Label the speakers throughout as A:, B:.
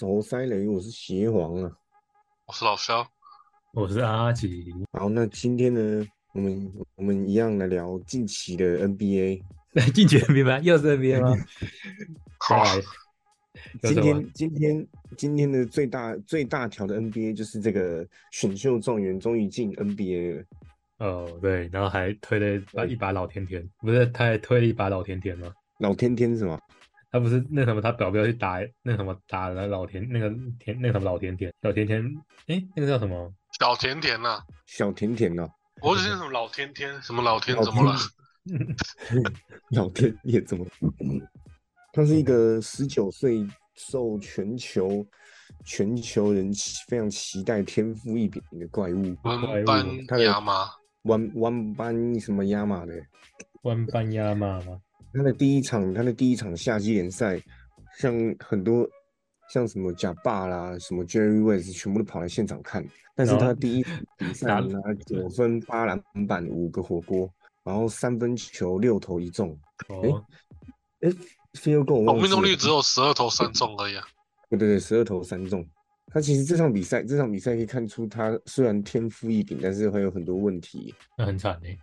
A: 头塞雷，我是邪王啊。
B: 我是 老肖，
C: 我是阿吉，
A: 好，那今天呢，我们我们一样来聊近期的 NBA。
C: 进去 NBA 吗？又是 NBA 吗？
B: 好
C: 再来又是
A: 今
C: 我
A: 天今天今天的最大最大条的 NBA 就是这个选秀状元终于进 NBA 了。
C: 哦，对，然后还推了一把老甜甜，不是他还推了一把老甜甜吗？
A: 老天天是吗？
C: 他不是那什么，他表哥去打那什么打了老甜那个甜那个什么老甜甜老甜甜，哎，那个叫什么？
B: 小甜甜呐、
A: 小甜甜哦，
B: 我只是什么老天天，什么老天
A: 老
B: 怎么了？
A: 老天爷怎么？他是一个十九岁受全球全球人期非常期待、天赋异禀的怪物，
B: 文班
A: 哎他
B: 亚
A: 的
B: 马，
A: 弯弯班什么亚马的。
C: 弯班亚马吗？
A: 他的第一场，他的第一场夏季联赛，像很多像什么贾巴啦，什么 Jerry West 全部都跑来现场看。但是
C: 然后
A: 他第一场比赛
C: 拿
A: 拿九分、八篮板、五个火锅，然后三分球六投一中。
C: 哦，
A: 哎，field goal
B: 我
A: 忘
B: 哦命中
A: 记
B: 率
A: 了
B: 只有十二投三中而已、啊。
A: 对对对，十二投三中。他其实这场比赛，这场比赛可以看出他虽然天赋异禀，但是还有很多问题。
C: 那很惨哎。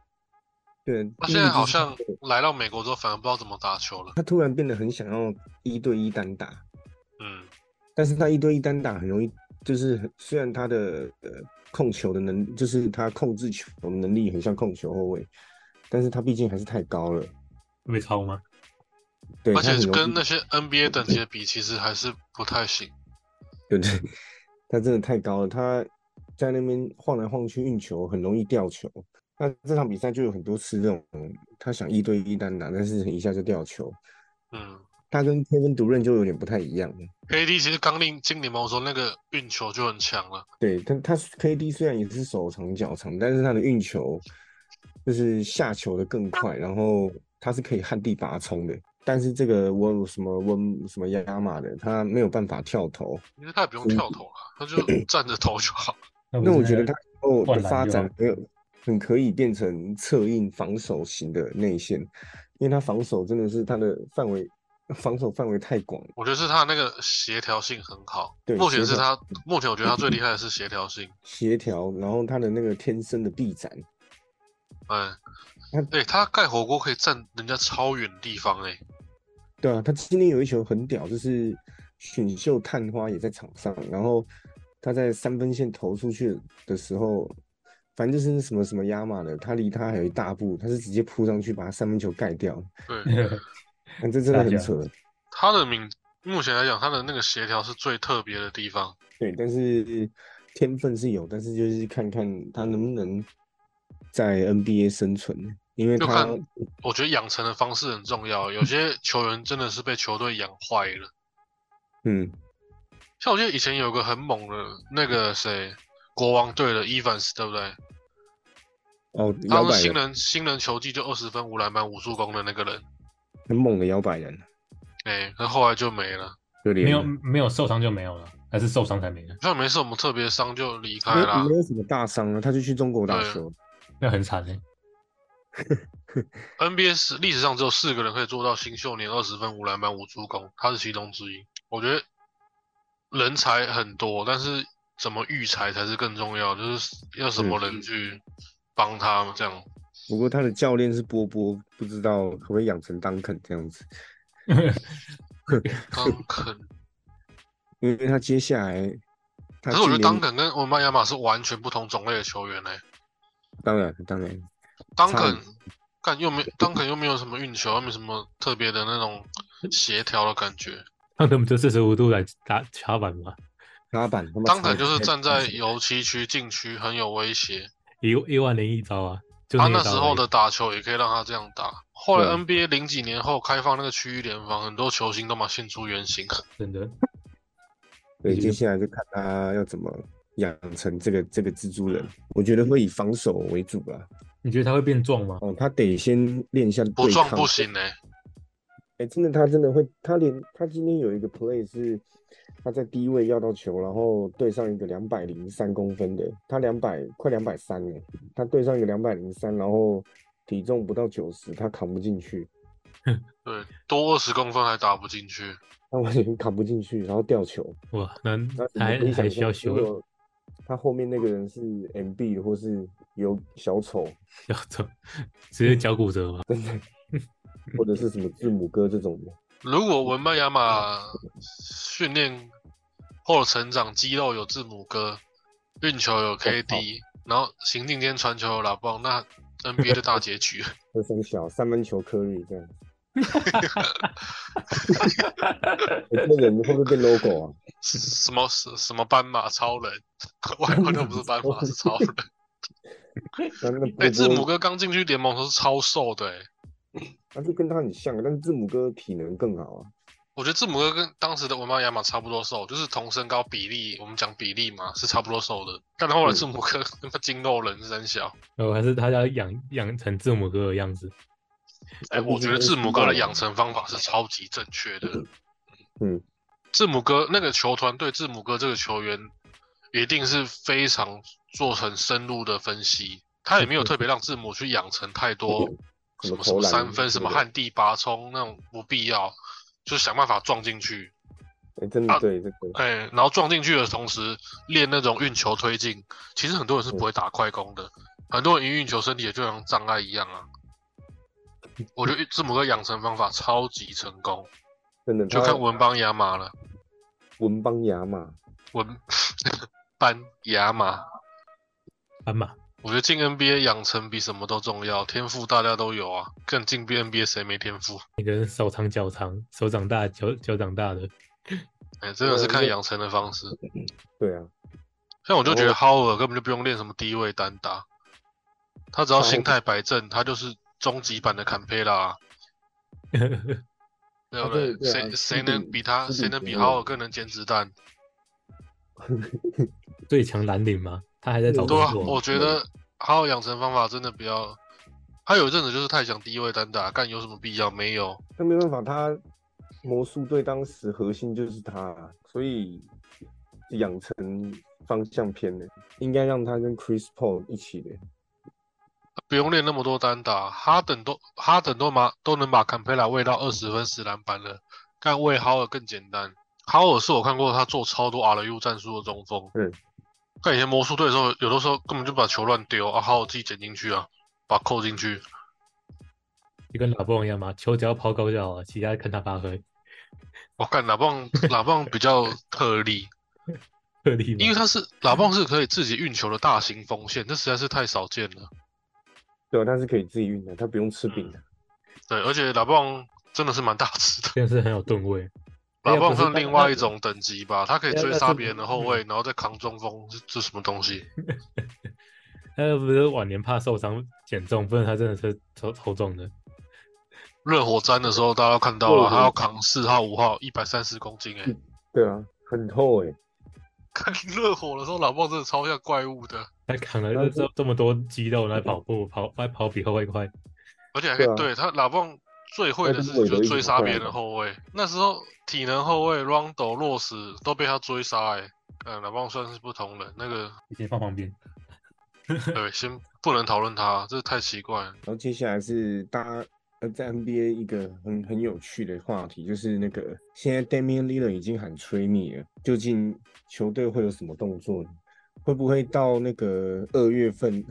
A: 对，
B: 他
A: 第一
B: 现在好
A: 就是
B: 像来到美国之后，反而不知道怎么打球了。
A: 他突然变得很想要一对一单打，
B: 嗯，
A: 但是他一对一单打很容易，就是很虽然他的呃控球的能，就是他控制球的能力很像控球后卫，但是他毕竟还是太高了，
C: 会被抄吗？
A: 对，
B: 而
A: 他很
B: 且
A: 容易
B: 跟那些 NBA 等级的比，其实还是不太行。
A: 对 对，他真的太高了，他在那边晃来晃去运球，很容易掉球。那这场比赛就有很多次这种，他想一对一单打，但是一下就掉球。
B: 嗯
A: 他跟 Kevin d u r a n 就有点不太一样，
B: ，KD 其实刚令经理盟说那个运球就很强了，
A: 对，但他 KD 虽然也是手长脚长，但是他的运球就是下球的更快，然后他是可以旱地拔葱的。但是这个温什么温什么亚马的，他没有办法跳投。
C: 哦
B: 其实他也不用跳投了，他就站着投就好。
C: 不
A: 那我
C: 是
A: 觉得他以后
C: 灌
A: 的
C: 篮
A: 发
C: 就
A: 展
C: 好
A: 很有很可以变成策应防守型的内线，因为他防守真的是他的范围防守范围太广了。
B: 我觉得是他那个协调性很好，
A: 对
B: 目前是
A: 协
B: 他目前我觉得他最厉害的是协调性。
A: 协调，然后他的那个天生的臂展，
B: 嗯
A: 他，
B: 哎、他盖火锅可以站人家超远的地方、欸，哎，
A: 对啊，他今天有一球很屌，就是选秀探花也在场上，然后他在三分线投出去的时候，反正就是什么什么亚马的，他离他还有一大步，他是直接扑上去把他三分球盖掉，
B: 对，
C: 嗯
A: 那这真的很
C: 大家
A: 扯。
B: 他的名目前来讲，他的那个协调是最特别的地方。
A: 对，但是天分是有，但是就是看看他能不能在 NBA 生存，因为
B: 就
A: 他
B: 看我觉得养成的方式很重要，有些球员真的是被球队养坏了。
A: 嗯，
B: 像我记得以前有个很猛的那个谁，国王队的伊凡斯，对不对？
A: 哦，
B: 他
A: 摇
B: 们
A: 摆
B: 新
A: 人
B: 人新人球技就二十分、五篮板、五助攻的那个人，
A: 很猛的摇摆人，
B: 哎、那后来就没了。
A: 有点
C: 没有没有受伤就没有了，还是受伤才没了？
B: 像没什么特别伤就离开
A: 没
B: 啦。
A: 没有什么大伤啊了，他就去中国打
B: 哎对
A: 球。
C: 那很惨哎。
B: NBA 史历史上只有四个人可以做到新秀年二十分、五篮板、五助攻，他是其中之一。我觉得人才很多，但是怎么育才才是更重要，就是要什么人去帮他们这样。
A: 不过他的教练是波波，不知道可不可以养成当肯这样子，
B: 当肯，
A: 因为他接下来，他
B: 可是我觉得
A: 今年
B: 当肯跟文班亚马是完全不同种类的球员呢、
A: 当然当然，
B: 当
A: 差很
B: 肯干又没当肯又没有什么运球，又没什么特别的那种协调的感觉。
C: 那他们就四十五度来打插板嘛，
A: 拉板他妈
B: 当
A: 肯
B: 肯就是站在油漆区禁区很有威胁。
C: 一一万零一招啊，就
B: 他
C: 个
B: 那
C: 招
B: 时
C: 而
B: 候
C: 已
B: 的打球也可以让他这样打。后来
A: 对啊
B: NBA 零几年后开放那个区域联防，很多球星都嘛现出原形。
C: 真的
A: 对，
C: 就是
A: 接下来就看他要怎么养成这个这个蜘蛛人，我觉得会以防守为主吧。
C: 你觉得他会变壮吗？
A: 哦，他得先练一下
B: 不
A: 对
B: 撞
A: 抗。
B: 不欸行呢、
A: 哎、真的他真的会，他连他今天有一个 play 是他在低位要到球，然后对上一个两百零三公分的，他两百快两百三了，他对上一个两百零三，然后体重不到九十，他扛不进去。
B: 对，多二十公分还打不进去，
A: 他完全砍不进去，然后掉球。
C: 哇，那
A: 那
C: 他还
A: 你可以
C: 还
A: 想
C: 需要
A: 象，如
C: 修
A: 果他后面那个人是 M B 或是有小丑，
C: 要走，直 接脚骨折吗？
A: 真的，或者是什么字母哥这种的，
B: 如果文班亚马训练后成长，肌肉有字母哥，运球有 KD，然后行进间传球有拉棒，那 NBA 的大结局。
A: 就很小三分球科瑞 这样，欸、这人会不会被 logo 啊？
B: 什么什什么斑马超人， 外观都不是斑马，是超人。
A: 那那
B: 哎、
A: 波
B: 字
A: 波
B: 母，哥刚进去联盟的时候是超瘦的、欸，
A: 他就跟他很像，啊但是字母哥体能更好啊。
B: 我觉得字母哥跟当时的文班亚马差不多瘦，就是同身高比例，我们讲比例嘛，是差不多瘦的。但后来
A: 嗯
B: 字母哥 他妈筋肉人三小，
C: 然呃后还是他要养养成字母哥的样子，
B: 哎、
A: 他毕
B: 我
A: 竟
B: 觉得
A: 是
B: 字母哥
A: 肌肉
B: 的
A: 人
B: 养成方法是超级正确的。
A: 嗯，
B: 字母哥那个球团对字母哥这个球员一定是非常做很深入的分析，他也没有特别让字母去养成太多
A: 嗯什
B: 什
A: 么
B: 么什
A: 投
B: 么
A: 篮
B: 三分、什
A: 对
B: 么
A: 不对
B: 旱地拔葱那种不必要，就是想办法撞进去。
A: 哎、真的
B: 啊
A: 对这个，
B: 哎、然后撞进去的同时练那种运球推进，其实很多人是不会打快攻的，很多人一运球身体也就像障碍一样啊。 我觉得字母哥养成方法超级成功，
A: 真的
B: 就
A: 他
B: 看文邦亚马了，
A: 文邦雅马，
B: 文 班亚马。
C: 斑马
B: 我觉得进 NBA 养成比什么都重要，天赋大家都有啊，更进 NBA 谁没天赋？
C: 那个手长脚长，手长大脚脚长大的，
B: 哎、真的是
A: 对
B: 看
A: 我
B: 养成的方式。
A: 对啊，
B: 像我就觉得
A: 然
B: Howard 根本就不用练什么低位单打，他只要
A: 然后
B: 心态摆正，他就是终极版的坎佩拉啊、对不
A: 对对啊
B: 谁
A: 是
B: 谁
A: 的
B: 能比他，
A: 是的
B: 谁能比
A: 没有
B: Howard 更能捡子弹？
C: 最强蓝领吗？他还在找
A: 我
C: 工
B: 对啊，
C: 作吗，
B: 我觉得 Howard 养成方法真的不要。他有一阵子就是太想低位单打，干有什么必要？没有。
A: 那没办法，他魔术队当时核心就是他啊，所以养成方向偏了，应该让他跟 Chris Paul 一起的。
B: 不用练那么多单打，哈登都哈登都马都能把坎佩拉喂到二十分十篮板了，但喂哈尔更简单。哈尔是我看过他做超多 RU 战术的中锋，
A: 嗯，
B: 但以前魔术队的时候，有的时候根本就把球乱丢啊，哈尔自己捡进去啊，把扣进去。
C: 就跟老蹦一样嘛，球只要抛高就好了，其他看他发挥。
B: 我看拉棒拉棒比较特例，
C: 特例
B: 因为
C: 嘛，
B: 他是拉棒是可以自己运球的大型锋线，这实在是太少见了。
A: 对啊，他是可以自己运的，他不用吃饼的。
B: 对，而且拉棒真的是蛮大只的。
C: 真的是很有吨位。
B: 拉棒
C: 不是
B: 算
C: 那
B: 另外
C: 那
B: 一种等级吧，他可以
C: 那
B: 追
C: 那
B: 杀
C: 是嗯
B: 别人的后卫，然后再扛中锋，这这什么东西？
C: 他又不是晚年怕受伤减重，不然他真的是超超重的。
B: 热火战的时候大家都看到
A: 热
B: 了，
A: 火
B: 他要扛四号、五号，一百三十公斤哎、
C: 嗯
B: 欸。
A: 对啊，很厚诶、
B: 看热火的时候，老棒真的超像怪物的，
C: 他扛
A: 但
C: 了
A: 是
C: 这这么多肌肉来跑步，跑还跑比后卫快。
B: 而且还可以
A: 对啊
B: 对他老棒最会的
A: 那
B: 是
A: 就是韦
B: 就
A: 德一直
B: 追杀
A: 快
B: 别人
A: 嘛
B: 的后卫，那时候体能后卫 Rondo、洛斯都被他追杀哎、欸。嗯，老棒算是不同人，那个
C: 你先放旁边，
B: 对，先不能讨论他，这太奇怪了。
A: 然后接下来是大家呃在 NBA 一个很很有趣的话题，就是那个现在 Damian Lillard 已经喊吹灭了，究竟球队会有什么动作呢？会不会到那个二月份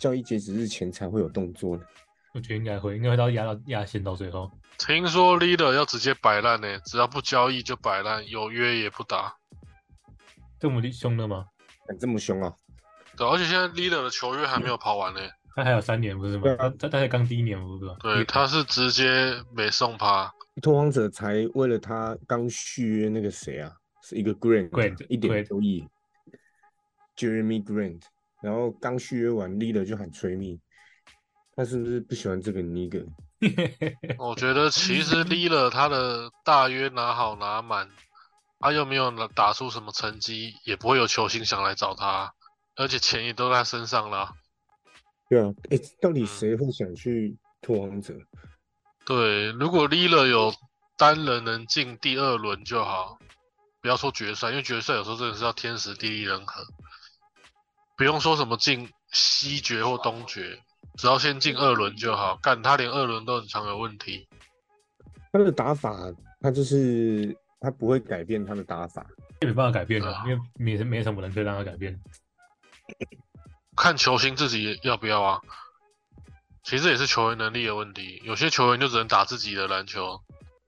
A: 交易截止日前才会有动作呢？
C: 我觉得应该会，应该会到压到压线到最后。
B: 听说 Leader 要直接摆烂呢，只要不交易就摆烂，有约也不打。
C: 这么凶的吗？
A: 敢这么凶啊？
B: 对，而且现在 Leader 的球约还没有跑完呢，
C: 他还有三年不是吗
A: 对？啊
C: 他他他才刚第一年不是吗？
B: 对，他是直接没送趴，
A: 拓荒者才为了他刚续约那个谁啊，是一个 Grant，
C: Grant，
A: 一点
C: Grant
A: 六亿，Jeremy Grant，然后刚续约完 Leader 就喊吹灭，他是不是不喜欢这个 Nigga？
B: 我觉得其实 Leader 他的大约拿好拿满，他又没有拿打出什么成绩，也不会有球星想来找他，而且钱也都在他身上啊啦。
A: 对啊，哎，到
C: 嗯
A: 底谁会想去拓荒者？
B: 对，如果 Leader 有单人能进第二轮就好，不要说决赛，因为决赛有时候真的是要天时地利人和，不用说什么进西决或东决，只要先进二轮就好。干他连二轮都很常有问题，
A: 他的打法，他就是他不会改变他的打法。
C: 也没办法改变的
B: 对啊，
C: 因为没没什么人可以让他改变。
B: 看球星自己要不要啊。其实这也是球员能力的问题，有些球员就只能打自己的篮球，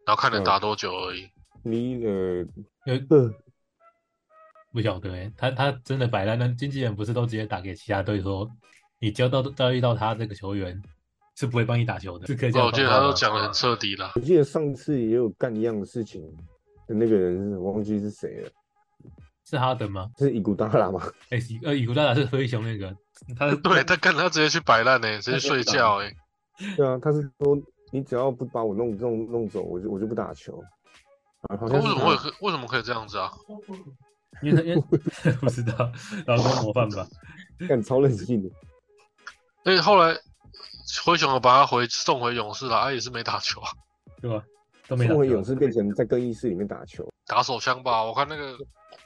B: 然后看能打多久而已。
A: 米勒
C: 因为
A: 呃，
C: 不晓得、欸，他他真的摆烂，那经纪人不是都直接打给其他队说，你交到交易到他这个球员是不会帮你打球的，是可以这
B: 哦
C: 样
B: 我
C: 的
B: 记
C: 方
B: 得
C: 法
B: 他
C: 吗。
B: 都讲得很彻底啦
A: 我，记得上次也有干一样的事情的那个人是，我忘记是谁了，
C: 是哈登吗？
A: 是伊古达拉吗？
C: 哎、欸，呃，以古大达是灰熊那个， 他是
B: 对，他干他直接去摆烂欸呢，直接睡觉哎、
A: 对啊，他是说你只要不把我弄弄弄走，我就我就不打球。啊，好
B: 为
A: 像是
C: 哦
B: 什么
A: 他
B: 会可为什么可以这样子啊？
C: 因为 他因为不知道，然后跟模范吧，
A: 干超任性的，
B: 哎，后来灰熊有把他回送回勇士了，他也是没打球啊，
C: 对吧？都没打
A: 送
C: 球
A: 回勇士变成在更衣室里面打球。啊
B: 打手枪吧。我看那个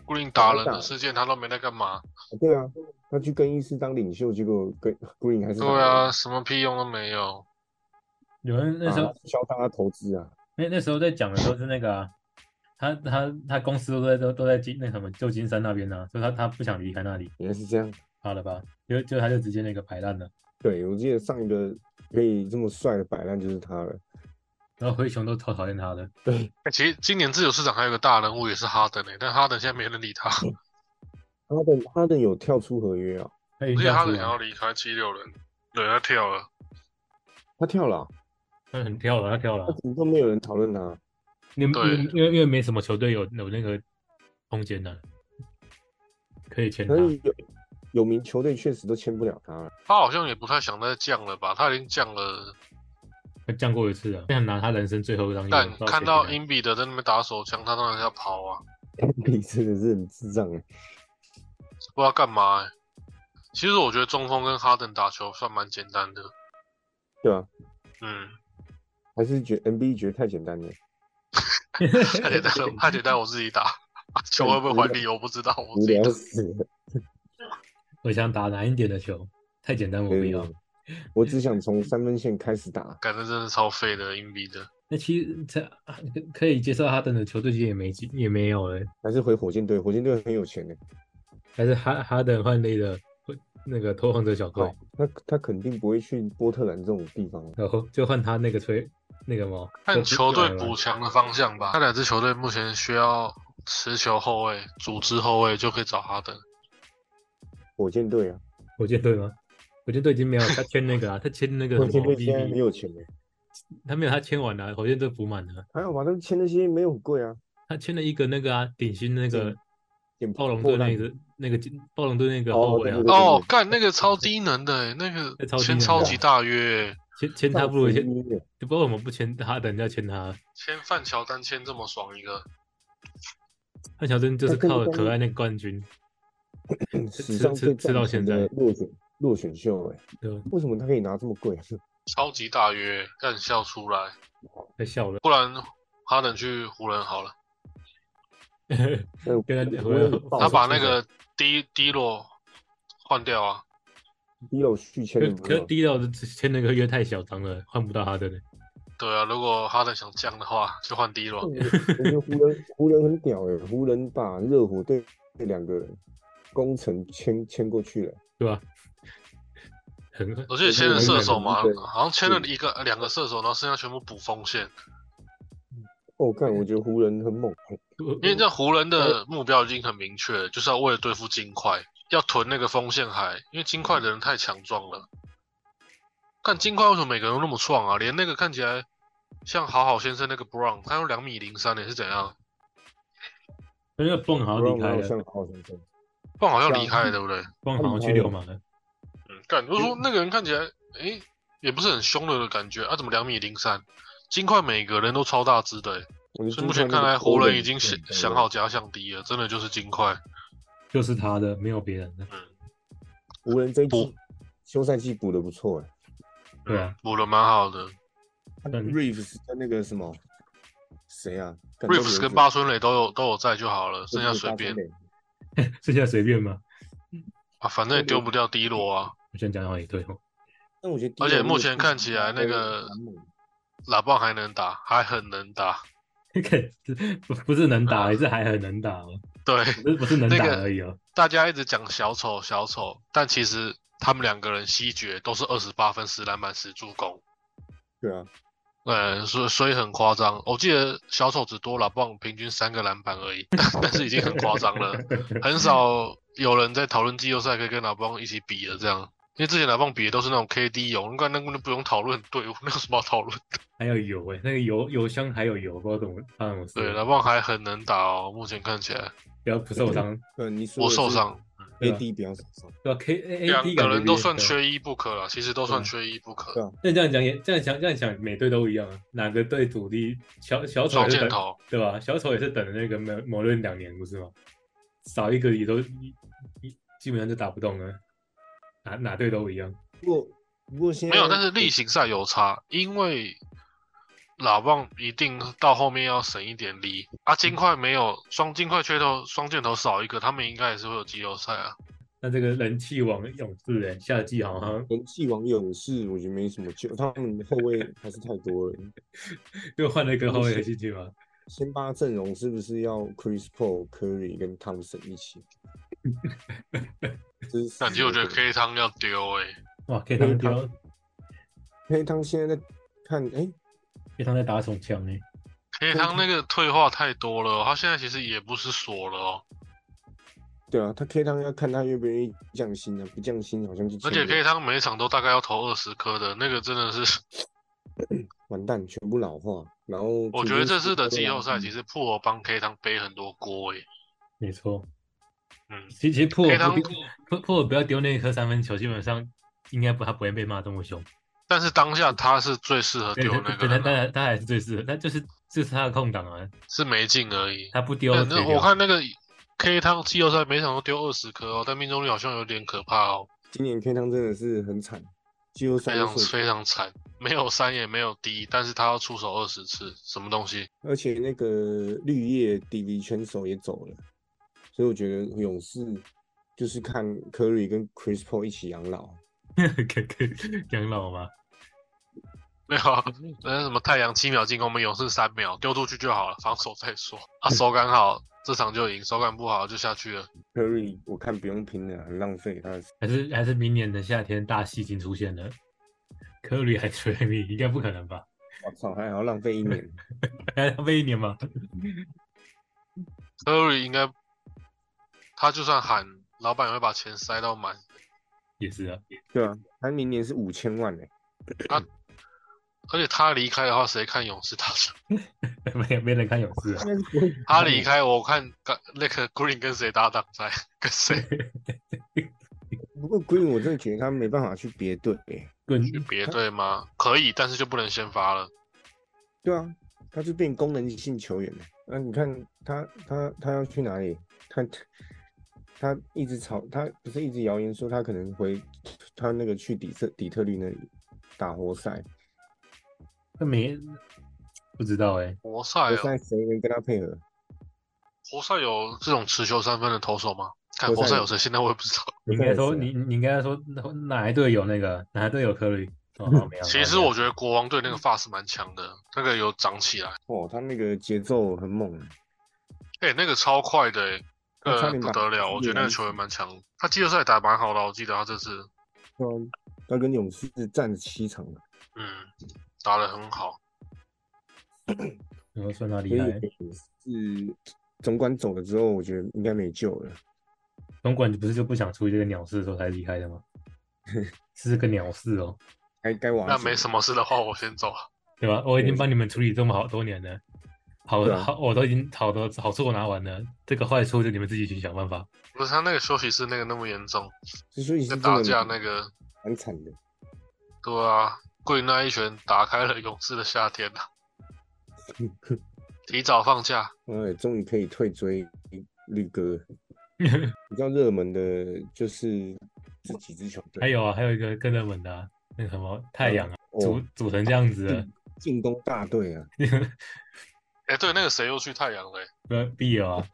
B: Green 打人
A: 打
B: 的事件，他都没在干嘛。
A: 对啊，他去更衣室当领袖，结果跟 Green 还是
B: 对啊，什么屁用都没有。
C: 有人那
A: 打
C: 时
A: 他，
C: 候
A: 啊，敲诈他投资啊，
C: 那那时候在讲的时候是那个啊，他他他公司都在都都在金那什么旧金山那边呢、啊，所以他他不想离开那里，
A: 原来是这样。
C: 好了吧？就就他就直接那个摆烂了，
A: 对，我记得上一个可以这么帅的摆烂就是他了。
C: 然后灰熊都超讨厌他的，
B: 哎，其实今年自由市场还有个大人物也是哈登诶、但哈登现在没人理他，
A: 哈登，哈登有跳出合约啊，
C: 他已
B: 而
C: 经
B: 且
C: 跳
B: 哈
C: 出
B: 登
C: 来
B: 想要
C: 了，
B: 离开七六人，对，他跳了。
A: 他跳了啊、
C: 他很跳了，他跳了
A: 他，怎么都没有人讨论他？啊
C: 因为
B: 对
C: 因为因为因为没什么球队有有那个空间呢、可以签他
A: 可，是有有名球队确实都签不了他了。
B: 他好像也不太想再降了吧？他已经降了，
C: 他降过一次了，想拿他人生最后一张
B: 但
C: 优
B: 看到
C: 签给
B: 英 比德在那边打手枪，他当然要跑啊，
A: 你真的是很智障哎、
B: 不知道干嘛、欸。其实我觉得中锋跟哈登打球算蛮简单的，
A: 对吧、啊？
B: 嗯，
A: 还是觉 NBA 觉得太简单了。
C: 他
B: 太简 单了，太简单，我自己打，球会不会还给我不知道，我
A: 无
B: 自己
A: 聊
B: 打。
A: 死 了！
C: 我想打难一点的球，太简单我不要。
A: 我只想从三分线开始打。
B: 感觉真的超废的，硬币的。
C: 那其实这啊可可以接受哈登的球队其实也没几也没有了，
A: 还是回火箭队，火箭队很有钱的、欸
C: 还是哈哈登换那个那个拓荒者小队
A: 好，那他肯定不会去波特兰这种地方。啊
C: 然后就换他那个吹那个嘛，
B: 看球队
C: 不
A: 啊
B: 补强的方向吧。那两支球队目前需要持球后卫、组织后卫，就可以找哈登。
A: 火箭队啊，
C: 火箭队吗？火箭队已经没有他签那 个啊，他签那个
A: 火
C: 什
A: 箭
C: 么
A: 队现在很
C: BB，
A: 有钱的、欸
C: 他没有他签完了、火箭队补满了，
A: 还好吧？他们签那些没有很贵啊，
C: 他签了一个那个啊顶薪那个
A: 捡
C: 暴龙
A: 破
C: 队
A: 烂
C: 那个那个暴龙队那个
A: 哦
C: 后卫啊
A: 对对，对
B: 哦，干那个超低能的、欸，那个
C: 那超低能
B: 签
C: 的啊
B: 超级大约、
C: 签签他不如签，
A: 放心
C: 就不知道为什么不签哈登要签他，
B: 签范乔丹签这么爽一个，
C: 范乔丹就是
A: 他跟
C: 靠
A: 跟
C: 可爱那个冠军。
A: 嗯史上最
C: 吃吃到
A: 赚钱
C: 现在
A: 的落选落选秀哎、
C: 对吧？
A: 为什么他可以拿这么贵啊？
B: 超级大约，干笑出来。
C: 太笑了，
B: 不然哈登去湖人好了，
A: 那
C: 跟他
A: 我也
C: 哦我
A: 爆
B: 他把
A: 出
B: 那
A: 来
B: 个低低落换掉啊。
A: 低楼续签
C: 可
A: 的不
C: 可
A: 是
C: 是
A: 吗
C: 低调的签那个约太小张了，换不到他的呢。
B: 对啊，如果哈登想降的话，就换低落
A: 我。觉得湖人湖人很屌哎、湖人把热火队这两个人工程签签过去了，
C: 对吧？很，
B: 我记得签了射手嘛
A: 对，嗯
B: 好像签了一个两个射手，然后剩下全部补锋线。
A: 哦，干，我觉得湖人很猛，欸
B: 因为这湖人的目标已经很明确了，就是要为了对付金块，要囤那个锋线海，因为金块的人太强壮了。看金块为什么每个人都那么壮啊？连那个看起来像好好先生那个 Brown，他有两米零三的是怎样？
C: 那个蹦好像
A: 让
C: 离开
A: 好
C: 了，
A: 像好像真的
B: b r o w n 好像离开了，对不对？
C: 蹦好像去流氓了。
B: 嗯，干，就是说那个人看起来，诶、也不是很凶的感觉啊，怎么两米零三？金块每个人都超大只的、欸，
A: 我觉
B: 所
A: 得
B: 以目
A: 金
B: 前
A: 块
B: 看
A: 那
B: 来
A: 个
B: 湖
A: 欧
B: 人
A: 文
B: 已经
A: 真
B: 想
A: 的很
B: 想
A: 猛
B: 好假想敌了，真的就是金块。
C: 就是他的，没有别人的。
A: 湖人这一
B: 补
A: 季休赛季补的不错哎、
C: 对啊
B: 嗯，补的蛮好的。
A: 欸、
C: 嗯
A: Reeves 跟那个什么谁啊
B: Reeves 跟八村垒都有都有在就好了，剩下随便
C: 剩下随便嘛。
B: 啊，反正也丢不掉低罗啊。
C: 我先讲到也对哦，
A: 但我觉得，
B: 而且目前看起来那个拉棒还能打，还很能打。
C: 不不是能打，也是还很能打哦，
B: 对，
C: 不是不是能打
B: 那个
C: 而已哦。
B: 大家一直讲小丑小丑，但其实他们两个人西决都是二十八分、十篮板、十助攻，
A: 对啊，
B: 嗯，所以所以很夸张。我记得小丑只多拉棒平均三个篮板而已， 但但是已经很夸张了。很少有人在讨论季后赛可以跟老棒一起比的这样，因为之前老棒比的都是那种 KD 勇，那那那不用讨论队伍，那有什么好讨论？
C: 还有油哎、那个油油箱还有油，不知道怎么发生什么事。
B: 对，老棒还很能打哦，目前看起来
C: 不要不受伤，
A: 呃，你说
B: 我受伤，
C: 对啊
A: ，AD 不要受伤，
C: 对吧？K A
B: 两
C: A D
B: 个人都算缺一不可了，其实都算缺一不
A: 对
B: 可。
A: 啊
C: 那这样讲也这样想这样想，每队都一样啊。哪个队主力小小丑
B: 双
C: 也是
B: 箭
C: 等
B: 头，
C: 对吧？小丑也是等了那个某某论两年不是吗？少一个也都一一基本上就打不动了，哪哪队都一样。
A: 不过不过现在
B: 没有，但是例行赛有差，因为老棒一定到后面要省一点力啊。金块没有双金块缺头，双箭头少一个，他们应该也是会有季后赛啊。
C: 那这个人气王勇士人夏季好像
A: 人气网友是我觉得没什么救，他们后卫还是太多了。
C: 又换了一个后卫的进去吗？
A: 先发阵容是不是要 Chris Paul、Curry 跟汤森一起？这是
B: 感觉我觉得 K 汤要丢哎、
C: 哇，可以当丢，
A: 黑汤现在在看，哎、
C: 可以当在打手枪哎。
B: K 汤那个退化太多了哦、他现在其实也不是锁了哦，
A: 对啊，他 K 汤要看他愿不愿意降薪啊，不降薪好像就
B: 而且 K 汤每一场都大概要投二十颗的，那个真的 是，
A: 完蛋，全部老化。然后
B: 我觉得这次的季后
C: 嗯
B: 赛其
A: 实
B: 实破尔帮 K 汤背很多锅诶、
C: 没错，
B: 嗯
C: 其实其实破
B: ，K
C: 不
B: 汤
C: 丢，破破不要丢那一颗三分球，基本上应该不他不会被骂这么凶。
B: 但是当下他是最适合
C: 对
B: 丢
C: 对
B: 那
C: 对，
B: 个
C: 他他
B: 的，
C: 还他还是最适合，他就是这是他的空档啊，
B: 是没进而已。
C: 他不丢
B: 那
C: 谁
B: 那
C: 丢
B: 我看那个 K 汤季后赛每场都丢二十颗哦，但命中率好像有点可怕哦，
A: 今年 K 汤真的是很惨，季后赛
B: 非
A: 又
B: 常
A: 顺
B: 非常惨，没有三也没有低，但是他要出手二十次，什么东西？
A: 而且那个绿叶 DV 选手也走了，所以我觉得勇士就是看 Curry 跟 Chris Paul 一起养老。
C: 可可养老吗？
B: 没有啊，那什么太阳七秒进攻，我们勇士三秒丢出去就好了，防守再说啊。
A: 嗯
B: 手感好，这场就赢；手感不好就下去了。
A: Curry 我看不用拼了，很浪费他的时
C: 还是还是明年的夏天大戏已经出现了，科里还吹米，应该不可能吧？
A: 间。我操，还好浪费一 年。
C: 还浪费一年吗？
B: Curry 应该，他就算喊，老板也会把钱塞到满。
C: 也是啊，
A: 对啊，他明年是五千万呢、欸
B: 而且他离开的话，谁看勇士打球？
C: 没没人看勇士啊，
A: 应该是不会
B: 他离开，我看刚那个 Green 跟谁搭档赛， 跟谁
A: 不过 Green 我真的觉得他没办法去别队、欸。
C: 滚
B: 去别 队吗？可以，但是就不能先发了。
A: 对啊，他就变功能性球员了。那、你看他他他要去哪里？他他一直吵，他不是一直谣言说他可能回他那个去底特底特律那里打活塞，
C: 那没不知道哎，
B: 活塞
A: 活
B: 哦，
A: 塞谁能跟他配合？
B: 活塞有这种持球三分的投手吗？看
A: 活塞
B: 活塞
A: 有
B: 有谁？现在我也不知道。
C: 你应该啊说你你应该说哪一队有那个哪一队有科里？哦，好没有。
B: 其实
C: 好没有
B: 我觉得国王队那个发是蛮强的，那个有长起来。
A: 哦，他那个节奏很猛，啊
B: 哎、那个超快的、欸，
A: 他差
B: 呃，
A: 点
B: 不
A: 把
B: 得了！我觉得那个球员蛮强的，他季后赛打蛮好的，我记得他这次，
A: 对啊他跟勇士战七场了，
B: 嗯，打得很好。
C: 然后算他
A: 所
C: 厉
A: 以
C: 害，
A: 勇士总管走了之后，我觉得应该没救了。
C: 总管不是就不想处理这个鸟事的时候才离开的 吗？是个鸟事哦，
A: 该该瓦
B: 那没什
A: 么，
B: 么事的话，我先走了。
C: 对吧？我已经帮你们处理这么好多年了，好
A: 对啊
C: 好我都已经好的好处我拿完了，这个坏处就你们自己去想办法。
B: 不是他那个休息室那个那么严重，
A: 就所以是
B: 那
A: 真
B: 打
A: 的
B: 架那个，
A: 蛮惨的。
B: 对啊，贵那一拳打开了勇士的夏天啊，提早放假。
A: 哎，终于可以退追绿 哥。比较热门的就是这几支球队，
C: 还有啊，还有一个更热门的啊、那个什么太阳啊，组
A: 哦，
C: 组成这样子啊了，
A: 进攻大队 啊，
B: 哎、对，那个谁又去太阳了欸、
C: 不必有 啊。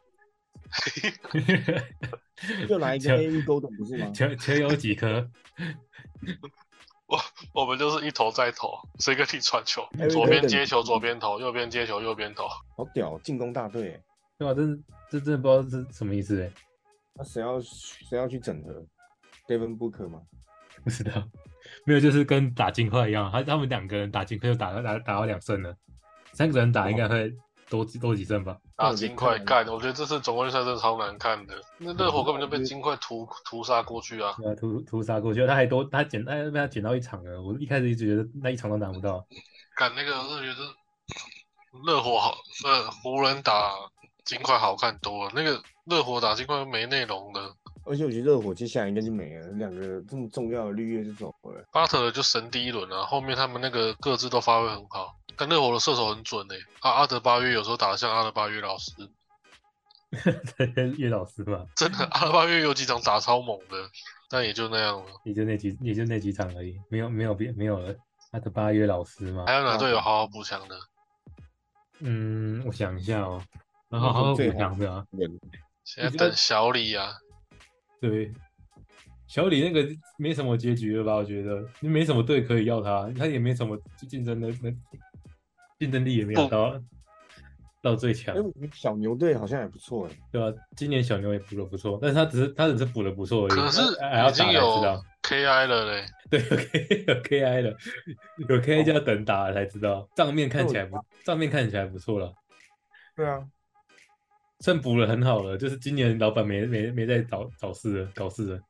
A: E 就来一个 A V Golden 不是吗？
C: 球球有几颗？
B: 我们就是一头再投，谁跟你传球？
A: Eric
B: 左边
A: Gordon
B: 接球，左边投；右边接球，右边投。
A: 好屌，进攻大队欸，
C: 对吧？真这真的不知道是什么意思哎，
A: 那谁要谁要去整合？Devin Booker 吗？
C: 不知道。 没有，就是跟打金块一样，啊他他们两个人打金块就打打打到两胜了，三个人打应该会多几多几胜吧？
A: 那
B: 打
A: 我觉得
B: 金块
A: 太难
B: 干，我觉得这次总冠军赛真的超难看的。那热火根本就被金块屠屠杀过去啊！
C: 对啊，屠屠杀过去，他还多他捡他被他捡到一场了，我一开始一直觉得那一场都拿不到，
B: 干那个，我真的觉得热火好，呃，湖人打金块好看多了。那个热火打金块没内容的，
A: 而且我觉得热火接下来应该就没了，两个这么重要的绿叶就走了。
B: 巴特勒就神第一轮啊，后面他们那个各自都发挥很好。但热火的射手很准诶、阿阿德巴约有时候打得像阿德巴约老师，
C: 叶老师嘛，
B: 真的阿德巴约有几场打超猛的，但也就那样了。
C: 也就那几也就那几场而已，没有没有别没有了。他的八月老师嘛
B: 还，有哪队有好好补强的？
C: 嗯，我想一下哦，
A: 那
C: 然后
A: 时
C: 好
A: 候
C: 好
A: 最
C: 补
A: 好
C: 强的啊，
A: 人
B: 现在等小李啊，
C: 对，小李那个没什么结局了吧？我觉得没什么队可以要他，他也没什么竞争的能竞争力也没
B: 不
C: 有
B: 嗯
C: 到到最强
A: 哎，，我觉得小牛队好像也不错哎，
C: 对吧、今年小牛也补的不错，但是他只是他只是补的不错而已，
B: 可是
C: 还还
B: 已
C: 要打
B: 经
C: 才知道
B: 有，KI 了嘞，
C: 对，有 K 有 KI 了，有 KI 就要等打了才知
B: 哦
C: 道，账面看起来不账面看起来不错了。
A: 对啊，
C: 算补了很好了，就是今年老板没没没在找找事了，搞事了。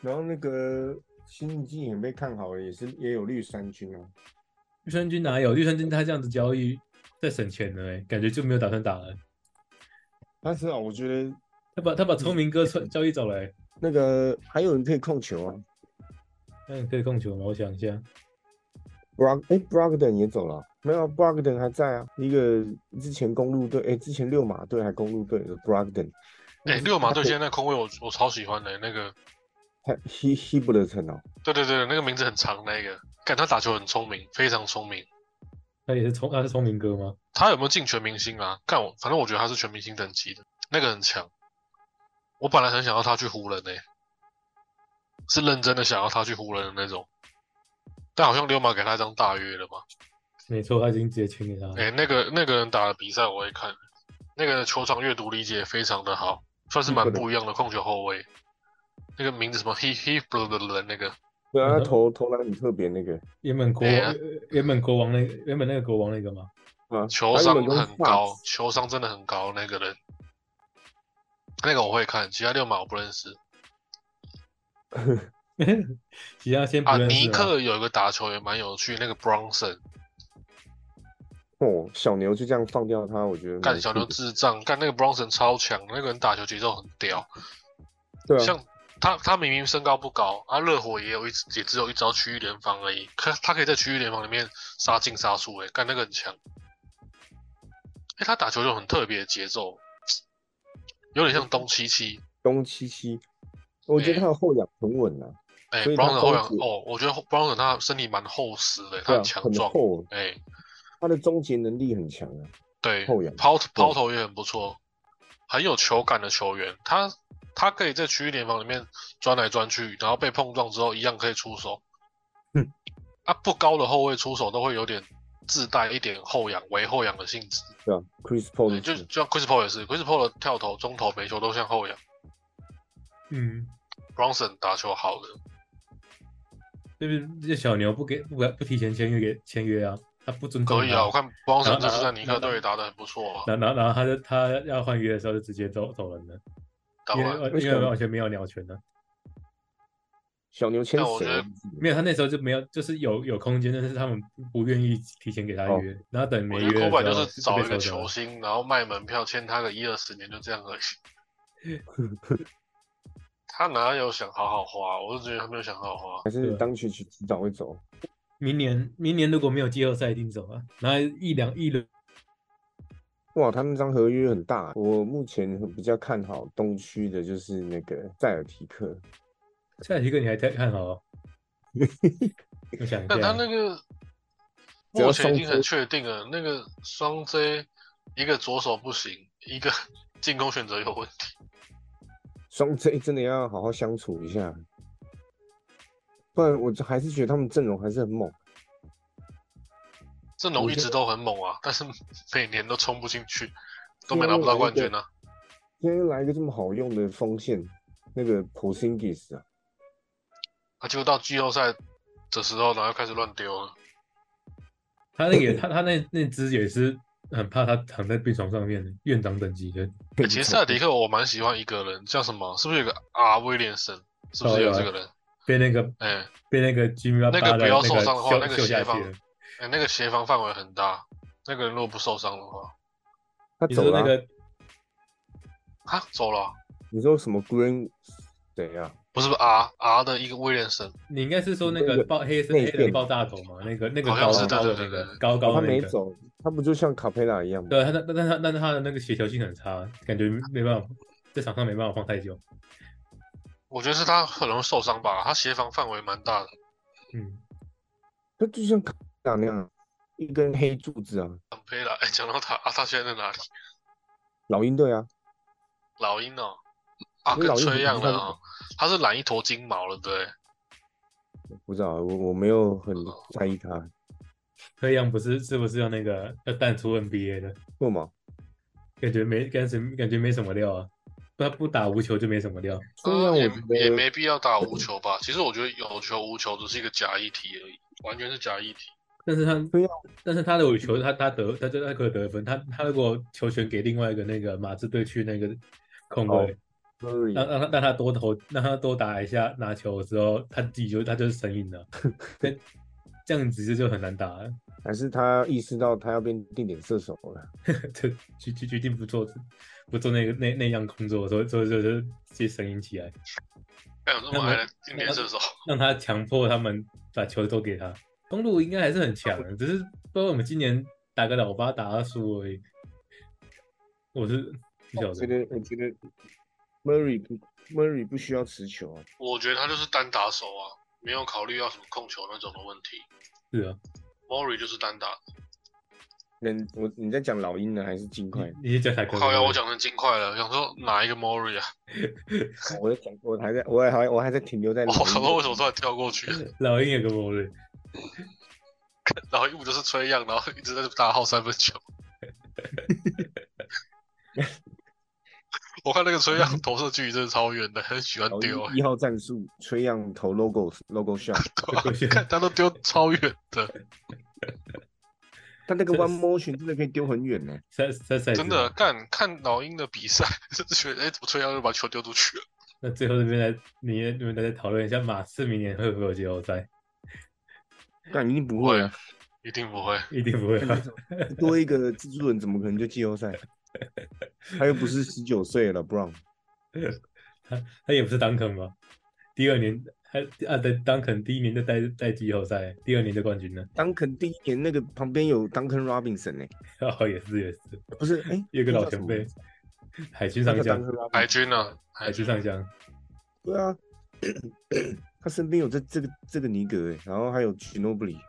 A: 然后那个新一季也被看好了，也是也有绿衫军啊。
C: 绿衫军哪有？绿衫军他这样子交易在省钱了、欸，感觉就没有打算打了。
A: 但是啊，我觉得
C: 他把他把聪明哥穿交易走来、
A: 那个还有人可以控球啊
C: 那你可以控球吗？我想一下，
A: ，Brog 哎 Brogden 也走了啊，没有啊 Brogden 还在啊，一个之前公路队哎之前六马队还公路队的 Brogden，
B: 哎、六马队现在那空位我我超喜欢的、那个，
A: 他 He He 不得成哦，
B: 对对对，那个名字很长那个，看他打球很聪明，非常聪明。
C: 他也是聪他是聪明哥吗？
B: 他有没有进全明星啊？干我，反正我觉得他是全明星等级的，那个很强。我本来很想要他去湖人呢、是认真的想要他去湖人的那种。但好像六马给他一张大约了嘛？
C: 没错，他已经直接签给他了。
B: 哎、那个那个人打的比赛我会看，那个球场阅读理解非常的好，算是蛮不一样的控球后卫。那个名字什么 he he b l 的那个，
A: 对啊，
C: 嗯
A: 他投投篮很特别那个
C: 原本国王、
B: 哎呀
C: 原本国王那个原本那个国王那个吗？
A: 啊，
B: 球
A: 他原
B: 商
A: 本跟
B: 很
A: Fox
B: 高，球商真的很高。那个人，那个我会看，其他六马我不认识。
C: 其他先不
B: 啊，
C: 认识
B: 尼
C: 了
B: 克有一个打球也蛮有趣，那个 Bronson
A: 哦，小牛就这样放掉他，我觉得
B: 干
A: 蛮
B: 小
A: 酷
B: 牛
A: 的
B: 智障，干那个 Bronson 超强，那个人打球节奏很屌。
A: 对啊，
B: 像他，他明明身高不高，啊，热火也有一也只有一招区域联防而已，可他可以在区域联防里面杀进杀出、欸，干那个很强。哎、他打球有很特别的节奏，有点像东契奇。
A: 东契奇，我觉得
B: 哎
A: 他的后仰很稳啊，
B: 哎、
A: 所
B: b
A: 以
B: r
A: 他
B: o n s o n 后仰
A: 攻击
B: 哦，我觉得 Bronson 他身体蛮厚实的、他
A: 对啊，
B: 很强
A: 很
B: 壮。
A: 厚，
B: 哎、
A: 他的终结能力很强啊，
B: 对，
A: 后仰
B: 抛抛
A: 对
B: 投也很不错，很有球感的球员。他他可以在区域联防里面钻来钻去，然后被碰撞之后一样可以出手。
A: 嗯，
B: 啊，不高的后卫出手都会有点自带一点后仰、为后仰的性质。
A: 对啊，Chris Paul
B: 对，
A: 也
B: 就是就像 Chris Paul 也是，Chris Paul 的跳投、中投、每球都像后仰。
C: 嗯，
B: Bronson 打球好的，
C: 就是这小牛不给不不提前签约给签约啊，他不尊重
B: 可以啊，
C: 他
B: 我看 Bronson
C: 然后
B: 这次在
C: 然后
B: 尼克队
C: 然后
B: 打得很不错啊。
C: 然后然后然后他就他要换约的时候就直接走走人了，
B: 当
C: 因
B: 然，
C: 为呃因为完全没有鸟权了。
A: 小牛签
B: 但我
A: 谁
B: 觉得
A: 啊？
C: 没有，他那时候就没有，就是有有空间，但是他们不愿意提前给他
A: 哦
C: 约，然后等没
B: 我
C: 约
B: 觉得科
C: 的时候
B: 柏就是找
C: 被
B: 一个
C: 抽走
B: 球
C: 了
B: 星，然后卖门票签他个一二十年，就这样而已。他哪有想好好花？我就觉得他没有想好好花。
A: 还是
C: 对
A: 当曲曲迟早会走？啊
C: 明年明年如果没有季后赛，一定走啊。然后一两一轮，
A: 哇，他那张合约很大，我目前比较看好东区的，就是那个塞尔提克。
C: 下一个你还在看好、哦？我想一
B: 但他那
C: 下，
B: 个
A: 只要
B: 目
A: 松
B: 前已经
A: 出
B: 很确定了，那个双 J 一个左手不行，一个 进攻选择有问题。
A: 双 J 真的要好好相处一下，不然我就还是觉得他们阵容还是很猛。
B: 阵容一直都很猛啊，但是每年都冲不进去，都没拿不到冠军啊。
A: 今天来一个这么好用的锋线，那个 Porzingis 啊，
B: 啊，结果到季后赛的时候，然后又开始乱丢了。
C: 他那个他他那那只也是很怕他躺在病床上面的院长等级的，
B: 欸其实塞尔迪克我蛮喜欢一个人，叫什么？是不是有个阿威廉森？是不是有这个人？
C: 被那个
B: 哎、
C: 被那个 Jimmy
B: 那个不要受伤的话
C: 秀
B: 那个
C: 秀下
B: 协防
C: 去了。
B: 哎、那个协防范围很大，那个人如果不受伤的话，
A: 他
C: 你
A: 走
C: 说
A: 了啊、
C: 那个
B: 啊，走了啊、
A: 你说什么 Green 啊怎样？
B: 不是不是 R R 的一个威廉森，
C: 你应该是说那
A: 那
C: 个
A: 个
C: 爆黑色
A: 内
C: 黑人
A: 线
C: 爆炸头嘛？那个那个
B: 好像
C: 高
A: 是
C: 高
B: 对
C: 的
B: 对对
C: 那个
B: 对
C: 高
A: 他
C: 高的那
A: 没
C: 个，
A: 走，他不就像卡佩拉一样吗？
C: 对，他但但他但是他的那个协调性很差，感觉没办法在场上没办法放太久。
B: 我觉得是他很容易受伤吧，他协防范围蛮大的，
C: 嗯，
A: 他就像卡佩拉那样，一根黑柱子啊，
B: 很佩了。哎、 讲到他，啊，他现在在哪里？
A: 老鹰队啊，
B: 老鹰哦，啊，
A: 因为
B: 跟
A: 老鹰
B: 崔
A: 比
B: 样
A: 他
B: 了哦， 他是染一坨金毛了，对不对，
A: 不知道啊我我没有很在意他，
C: 黑羊不是是不是要那个要淡出 NBA 的？
A: 为嘛？
C: 感觉没感觉感觉没什么料啊，他不打无球就没什么料。
A: 虽然
B: 呃
A: 啊我
B: 也
A: 觉得
B: 也没必要打无球吧。其实我觉得有球无球只是一个假议题而已，完全是假议题。
C: 但是他
A: 对啊
C: 但是他的有球他他得他就他可以得分，他他如果球权给另外一个那个马刺队去那个控卫。
A: 哦 Curry
C: 让让他让他多投，让他多打一下拿球之后，他自己就他就是神隐了。 这这样子就很难打了，
A: 还是他意识到他要变定点射手了？
C: 就决决决定不做不做那个那那样工作，所以所以所以就直接神隐起来，
B: 还有这
C: 那
B: 哎么
C: 我
B: 矮的经典射手，
C: 让他强迫他们把球都给他。公路应该还是很强的，只是不知道为什么今年打个老八打二输而已。我是不
B: 哦
C: 晓
A: 我觉
C: 得，
A: 得我觉得 Murray 不 Murray 不需要持球啊，
B: 我觉得他就是单打手啊，没有考虑到什么控球那种的问题。
C: 是啊，
B: Mori 就是单打，
A: 人我你在讲老鹰呢还是金块？
C: 你你讲才
B: 靠呀，我讲成金块了，想说哪一 个 Mori 啊？
A: 我在讲我还在我还我还在停留在
B: 我
A: 老鹰
B: 想说为什么突然跳过 去？
C: 老鹰有个魔力，
B: 然后一不就是吹样，然后一直在打好三分 球。我看那个吹样投射距离真的超远的，很喜欢
A: 老
B: 丢、
A: 鹰
B: 欸。
A: 一号战术崔样投 logo logo shot，
C: 对啊
B: 看他都丢超远的，
A: 他那个
C: 这
A: one motion 真的可以丢很远呢、
C: 赛赛赛
B: 真的干看老鹰的比赛， 就是觉得哎、怎么吹样就把球丢出去了？
C: 那最后这边来，你你们大家讨论一下，马刺明年会不会有季后赛？
A: 但一定不 会啊！
B: 一定不会。
C: 一定不会
A: 嗯
C: 吧？
A: 多一个蜘蛛人怎么可能就季后赛？他又不是十九岁了，Brown。
C: 他他也不是当肯吧？第二年还啊，对，当肯第一年就带带季后赛，第二年就冠军了。
A: 当肯第一年那个旁边有 Duncan Robinson 呢、
C: 哦，也是也是，
A: 不是？哎、
C: 有一个
A: 那
C: 老
A: 叫什
C: 前
A: 么
C: 辈，海军
A: 那叫
C: 上将，
A: Duncan Robinson
B: 海军呢、啊？
C: 海
B: 海
C: 军
B: 军
C: 上将，
A: 对啊，他身边有这这个这个尼格、欸，然后还有 Ginobili，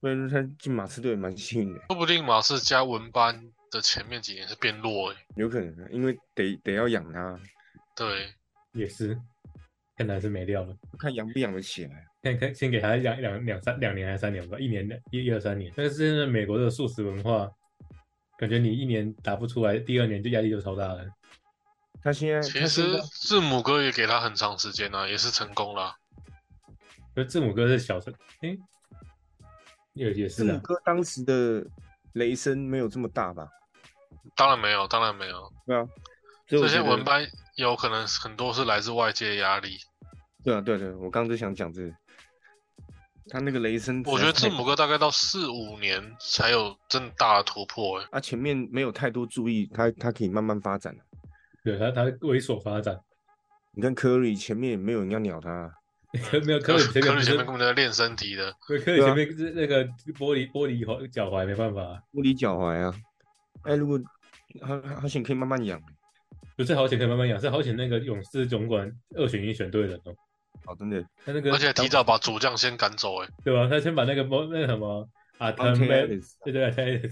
A: 所以说他进马刺队也蛮幸运的，
B: 说不定马刺加文班的前面几年是变弱哎、
A: 有可能啊，因为得得要养他，
B: 对，
C: 也是，看来是没料了。
A: 看养不养得起来。
C: 看看，先给他两两两三两年还是三年吧，一年的一一二三年。但是现在美国的素食文化，感觉你一年打不出来，第二年就压力就超大了。
A: 他现在
B: 其
A: 他现在
B: 实字母哥也给他很长时间啊，也是成功啦。
C: 可是字母哥是小城，哎、也也是啊
A: 字母
C: 的，
A: 哥当时的雷声没有这么大吧？
B: 当然没有，当然没有。
A: 对啊，所以
B: 这
A: 我觉
B: 些
A: 得
B: 文班有可能很多是来自外界的压力。
A: 对啊对啊对啊，我刚刚就想讲这个，他那个雷声，
B: 我觉得字母哥大概到四五年才有真的大的突破、欸，
A: 啊前面没有太多注意，他他可以慢慢发展啊
C: 对他他猥琐发展，
A: 你看 Curry 前面也没有人要鸟他啊，
C: 可没有科
B: 科
C: 里
B: 里
C: 前面不
B: 前
C: 是
B: 面根本就在练身体的，
C: 科里
A: 对啊
C: 前面是那个玻璃玻璃踝脚踝没办法，
A: 物理脚踝啊。哎、如果好好险可以慢慢养，
C: 不是好险可以慢慢养，是好险那个勇士总管二选一选对人哦，
A: 好真的。
C: 他那个
B: 而且提早把主将先赶走、欸，哎，
C: 对啊吧？他先把那个那个什么啊，他
A: Monte
C: 们
A: Ellis
C: 对对对，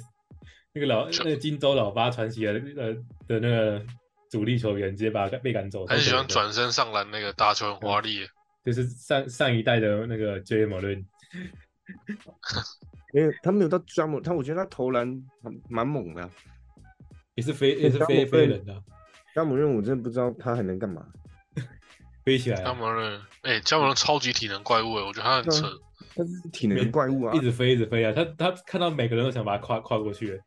C: 那个老那个金州老八传奇的呃的那个主力球员直接把他被赶走。
B: 很喜欢，转身上篮那个打球很华丽，欸
C: 就是上上一代的那个 J M 伦，
A: 因为他没有到专门，他我觉得他投篮蛮蛮猛的、啊。
C: 也是飞也是飞飞人的、啊，
A: 詹姆任我真的不知道他还能干嘛。
C: 飞起来、
B: 加
C: 啊，
B: 盟人，哎，加盟人超级体能怪物哎，我觉得他
A: 啊
B: 很扯，
A: 他是体能怪物啊
C: 一，直飞一直飞啊！他他看到每个人都想把他跨跨过去，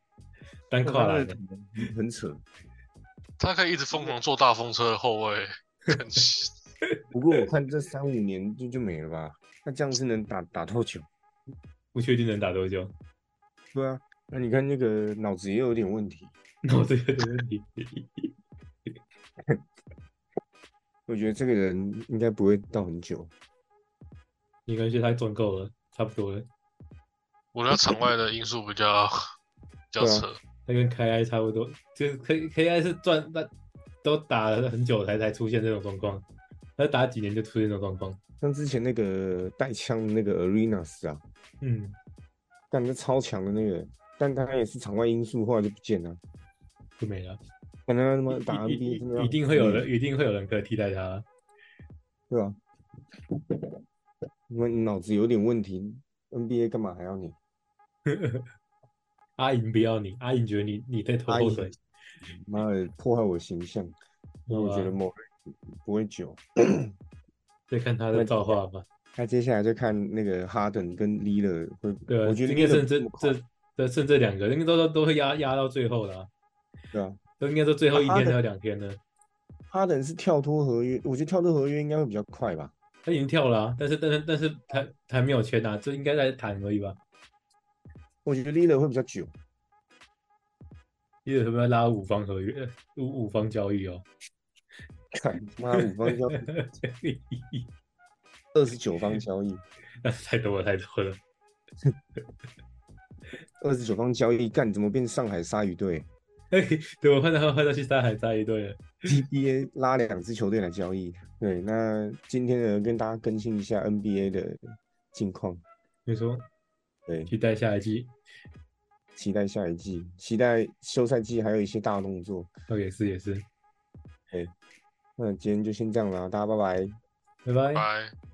C: 单
A: 他
C: 跨
A: 的
C: 栏
A: 体能很扯。
B: 他可以一直疯狂坐大风车的后卫，很奇
A: 不过我看这三五年就就没了吧？那这样是能打打透球？
C: 不确定能打多久。
A: 对啊，那你看那个脑子也有点问题，
C: 那我这个有问题，
A: 我觉得这个人应该不会到很久。
C: 你跟谢太赚够了，差不多了。
B: 我觉得他场外的因素比较比较
A: 对啊
B: 扯，
C: 他跟 KI 差不多，就是 K KI 是赚那都打了很久才才出现这种状况，他打几年就出现这种状况。
A: 像之前那个带枪的那个 Arenas 啊，
C: 嗯，
A: 干的超强的那个，但他也是场外因素，后来就不见了。
C: 就没了。
A: 反正他妈打
C: 一
A: NBA
C: 一
A: 真的要
C: 一一定会有
A: 很累
C: 人，一定会有人可以替代他。
A: 对吧、啊？你们脑子有点问题，NBA 干嘛还要你？
C: 阿银不要你，阿银觉得你你在拖后腿，
A: 妈的，破坏我形象。那我觉
C: 好
A: 得
C: 吧
A: 某人不会久。
C: 再看他的造化吧。
A: 那接下来就看那个哈登跟 l i l a 会，
C: 对啊，
A: 我觉得
C: 应该
A: Lillard
C: 剩这
A: 不快
C: 这这剩这两个，应该都都都会压压到最后了啊、
A: 对啊，
C: 都应该说最后一
A: 啊哈
C: 天
A: 登
C: 还有两天了。
A: 哈登是跳脱合约，我觉得跳脱合约应该会比较快吧。
C: 他已经跳了啊、但是但是但是他还没有签啊，这应该在谈而已吧？
A: 我觉得 l i l a 会比较久，
C: 一直会不会拉五方合约、五五方交易哦？
A: 看妈五方交易二十九方交易，
C: 那太多了，太多了。
A: 二十九方交易干怎么变上海鲨鱼队
C: 对，我换到换到去沙海扎一队了。
A: ？GBA 拉两支球队来交易。对，那今天呢跟大家更新一下 NBA 的近况，
C: 你说
A: 对，
C: 期待下一季？
A: 期待下一季，期待休赛季还有一些大动作。
C: 哦，也是也是，
A: 那今天就先这样啦，大家拜拜。
C: 拜拜。
B: 拜。